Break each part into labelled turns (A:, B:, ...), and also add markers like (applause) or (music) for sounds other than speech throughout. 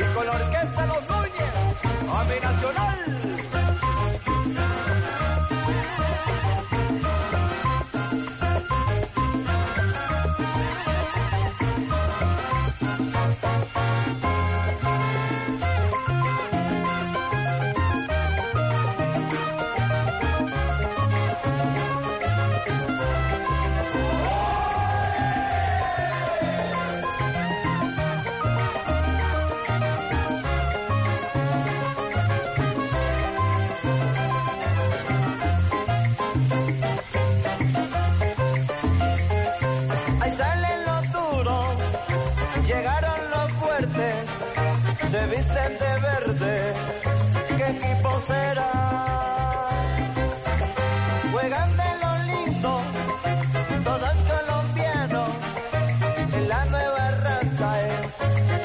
A: Y con la orquesta Los Núñez, a mi nacional. Ahí salen los duros, llegaron los fuertes, se visten de verde, ¿qué equipo será? Juegan de lo lindo, todos colombianos, la nueva raza es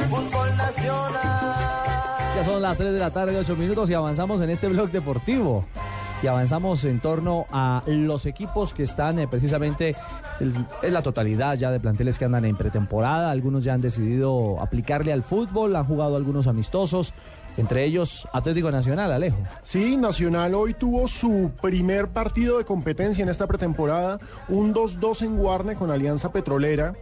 A: fútbol nacional.
B: Ya son las 3 de la tarde, 8 minutos y avanzamos en este blog deportivo. Y avanzamos en torno a los equipos que están eh, precisamente, el- es la totalidad ya de planteles que andan en pretemporada. Algunos ya han decidido aplicarle al fútbol, han jugado algunos amistosos, entre ellos Atlético Nacional, Alejo.
C: Sí, Nacional hoy tuvo su primer partido de competencia en esta pretemporada, un 2-2 en Guarne con Alianza Petrolera.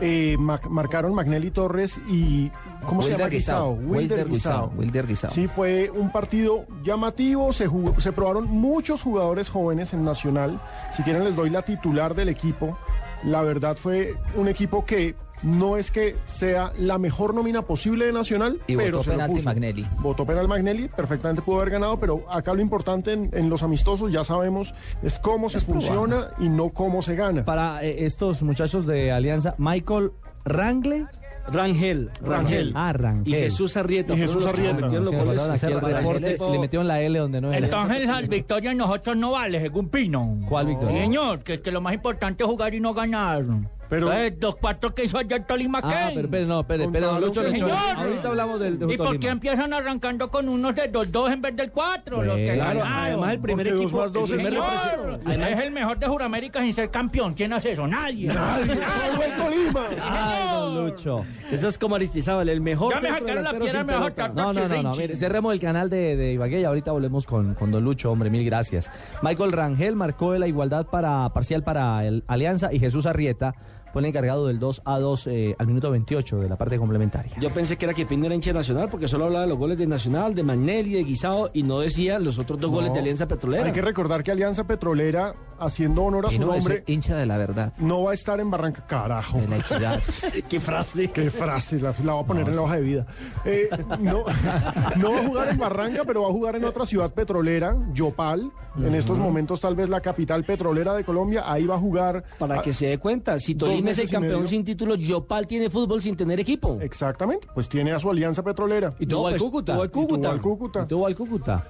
C: Eh, ma- marcaron Magnelli Torres y ¿cómo se llama?
D: Wilder Guisao, Wilder Guisao, Wilder Guisao.
C: Sí, fue un partido llamativo, se jugó- se probaron muchos jugadores jóvenes en Nacional. Si quieren les doy la titular del equipo. La verdad fue un equipo que no es que sea la mejor nómina posible de Nacional,
D: Y
C: pero
D: votó
C: se lo
D: penalti
C: puso.
D: Magnelli.
C: Votó penal Magnelli, perfectamente pudo haber ganado, pero acá lo importante en, en los amistosos, ya sabemos, es cómo se funciona y no cómo se gana.
B: Para eh, estos muchachos de Alianza, Michael Rangle.
E: Rangel.
C: Rangel.
B: Ah, Rangel.
E: Y Jesús Arrieta.
C: Y Jesús
E: fueron los que
C: Arrieta.
E: metieron los
B: Se
C: (laughs)
D: Entonces,
E: goles
B: mandaron aquí
D: César
B: al
D: Rangel
B: reporte,
D: es-
B: le metieron la L donde no era.
F: Entonces la victoria en nosotros no vale, según Pino.
B: ¿Cuál victoria?
F: Señor, que, que lo más importante es jugar y no ganar.
C: Pero-
F: Entonces, los cuatro que hizo ayer Tolima, ¿qué?
B: Ah, pero, pero no, espere, espere, don
C: Contaron
B: Lucho,
C: que-
B: Lucho,
F: Señor.
B: Ahorita hablamos del de
F: ¿Y por
B: Tolima.
F: qué empiezan arrancando con unos de dos, dos en vez del cuatro? los que
B: Bueno,
F: ganaron.
E: además el primer
C: Porque dos
E: equipo.
C: más dos
E: el
C: es
E: primer
F: Señor,
E: representante-
F: es el mejor de Juramérica sin ser campeón. ¿Quién hace eso? Nadie.
C: ¡Solo el Tolima!
B: Ay, don Lucho.
E: Eso es como Aristizábal, el mejor.
F: Ya me
E: centro
F: sacaron la
E: delantero
F: piedra,
E: sin
F: me vas a
E: pelota.
F: sacar
B: No, no, no, no.
F: Chirrinchi.
B: mire, cerremos el canal de, de Ibagué y ahorita volvemos con, con Don Lucho, hombre, mil gracias. Michael Rangel marcó la igualdad para parcial para el Alianza y Jesús Arrieta fue el encargado del 2 a 2 eh, al minuto 28 de la parte complementaria.
E: Yo pensé que era que Pino era hincha de Nacional porque solo hablaba de los goles de Nacional, de Magnelli, de Guisao y no decía los otros dos goles de Alianza Petrolera.
C: Hay que recordar que Alianza Petrolera, haciendo honor a
D: Y
C: su
D: no, ese
C: nombre,
D: hincha de la verdad,
C: no va a estar en Barranca. Carajo.
D: de la
C: (laughs)
D: equidad.
C: Qué frase. Qué frase, la, la voy a poner en la hoja de vida. Eh, no, (laughs) no va a jugar en Barranca, pero va a jugar en otra ciudad petrolera, Yopal. En estos momentos, tal vez la capital petrolera de Colombia. Ahí va a jugar.
E: Para
C: Ah,
E: que se dé cuenta, si
C: Dos
E: Tolima es el
C: meses y medio.
E: campeón sin título, Yopal tiene fútbol sin tener equipo.
C: Exactamente, pues tiene a su alianza petrolera.
B: Y tuvo
E: No,
B: al
E: pues,
B: Cúcuta.
E: tuvo al
B: Y
C: Y tuvo
E: Cúcuta.
C: al Cúcuta.
B: Y tuvo al Cúcuta.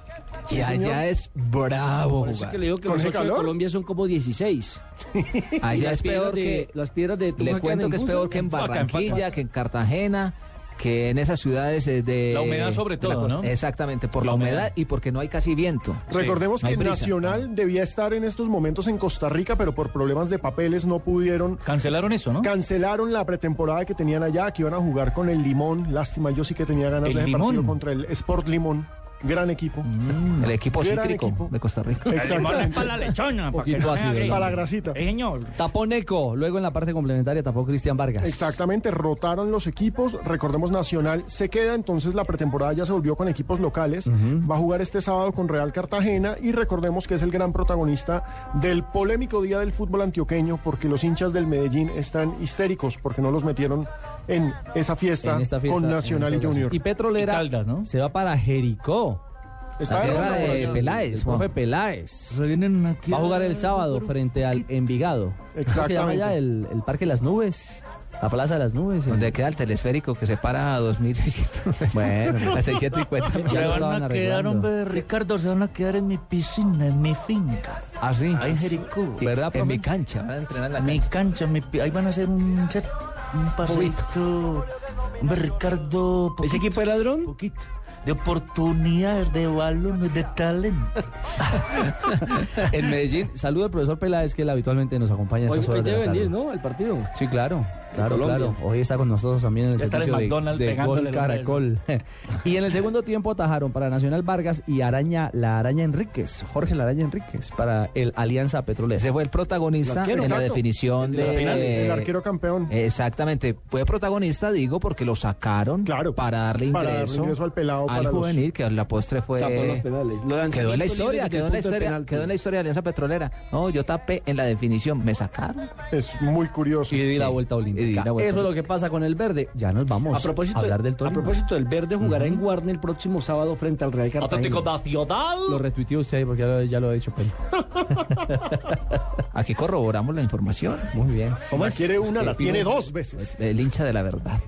D: Y allá es bravo
E: Por eso es
D: jugar.
E: que le digo que
C: ¿Con
E: los
C: ese
E: ocho de
C: calor?
E: Colombia son como 16. Y
D: Allá
E: las
D: es
E: piedras
D: peor
E: de-
D: que...
E: las piedras de
D: Le
E: Tunja
D: cuento
E: quedan
D: que es
E: en
D: peor
E: Busa.
D: que en
F: Enfoca,
D: Barranquilla, que en Cartagena, que en esas ciudades eh, de...
F: La humedad sobre
D: de
F: todo,
D: costa.
F: ¿no?
D: Exactamente, por la,
F: La humedad.
D: humedad. y porque no hay casi viento.
C: Recordemos
D: no hay
C: que
D: prisa.
C: Nacional debía estar en estos momentos en Costa Rica, pero por problemas de papeles no pudieron.
F: Cancelaron eso, ¿no?
C: Cancelaron la pretemporada que tenían allá, que iban a jugar con el Limón. Lástima, yo sí que tenía ganas
F: ¿El
C: de ese
F: Limón?
C: partido contra el Sport Limón. Gran equipo.
E: Mm.
D: El equipo
C: Gran
D: cítrico
C: equipo.
D: de Costa Rica.
C: Exactamente.
F: Para la lechona, para que
B: Poquito
F: no me
B: ácido,
F: haga-
B: ¿no?
C: Para la grasita.
F: Sí, Señor.
B: Tapó Neco, luego en la parte complementaria tapó Cristian Vargas.
C: Exactamente, rotaron los equipos. Recordemos, Nacional se queda, entonces la pretemporada ya se volvió con equipos locales. Va a jugar este sábado con Real Cartagena y recordemos que es el gran protagonista del polémico día del fútbol antioqueño porque los hinchas del Medellín están histéricos porque no los metieron en esa fiesta,
B: En esta fiesta,
C: con
B: en
C: Nacional
B: esta
C: y
B: ocasión.
C: Junior.
B: Y Petrolera
F: Y Caldas, ¿no?
B: se va para Jericó.
C: Está
D: La
C: de
D: tierra
C: ronda por
D: de
C: allá.
B: El
D: Peláez. Juan.
B: profe Peláez. Va a jugar el sábado frente al Envigado. ¿Cómo se llama
C: Exactamente.
B: allá el, el Parque de las Nubes? La Plaza de las Nubes.
D: Donde queda el telesférico que se para a 2.600,
B: Bueno,
D: (laughs) a 650
B: Ya
F: Se
B: lo
F: van
B: estaban
F: a quedar,
B: arreglando.
F: hombre, Ricardo, se van a quedar en mi piscina, en mi finca.
B: así.
F: Ahí en Jericó.
B: ¿Verdad,
D: Ah, en
B: profe?
D: mi cancha. Van a entrenar en la
F: Mi
D: cancha.
F: cancha, mi pi- ahí van a hacer un, set- un paseito. Hombre, Ricardo,
E: ¿Ese
F: poquito,
E: equipo de ladrón?
F: poquito.
G: de oportunidades, de balones, de talento.
B: En Medellín, saludo al profesor Peláez, que él habitualmente nos acompaña a
E: Hoy,
B: estas
E: hoy
B: horas de la
E: debe
B: tarde.
E: venir, ¿no? El partido.
B: Sí, claro. Claro,
E: Colombia.
B: claro. Hoy está con nosotros también en el
G: Ya estar en
B: servicio de-
G: McDonald's
B: de,
G: pegándole
B: Gol
G: los
B: Caracol. (laughs) y en el segundo tiempo atajaron para Nacional Vargas y Araña, la Araña Enríquez, Jorge la Araña Enríquez, para el Alianza Petrolera.
D: Ese fue el protagonista
E: Lo quiero,
D: en la
E: exacto.
D: definición
E: En la eh,
D: de...
E: final,
C: el arquero campeón.
D: Exactamente, fue protagonista, digo, porque lo sacaron
C: Claro,
D: para darle ingreso,
C: para darle ingreso al pelado, para los-
D: juvenil, que a la postre fue...
E: Tapó los penales. Lo lanzamiento
D: Quedó en la
E: libre
D: historia,
E: desde
D: quedó
E: el punto
D: en la
E: de
D: historia,
E: penalti.
D: quedó en la historia de Alianza Petrolera. No, yo tapé en la definición, me sacaron.
C: Es muy curioso.
B: y di la
D: Sí.
B: vuelta olímpica.
D: Y di la vuelta
B: Eso es lo que pasa con el verde. Ya nos vamos
E: A propósito,
B: a hablar del Tolima.
E: a propósito, el verde jugará en Guarne el próximo sábado frente al Real
F: Atlético
E: Cartagena.
F: Nacional.
B: Lo retuiteó usted ahí porque ya lo, ya lo ha dicho Peña.
D: Aquí corroboramos la información.
B: Muy bien.
C: Si la quiere una, la
D: El
C: tiene
D: tipo-
C: dos veces.
D: El hincha de la verdad.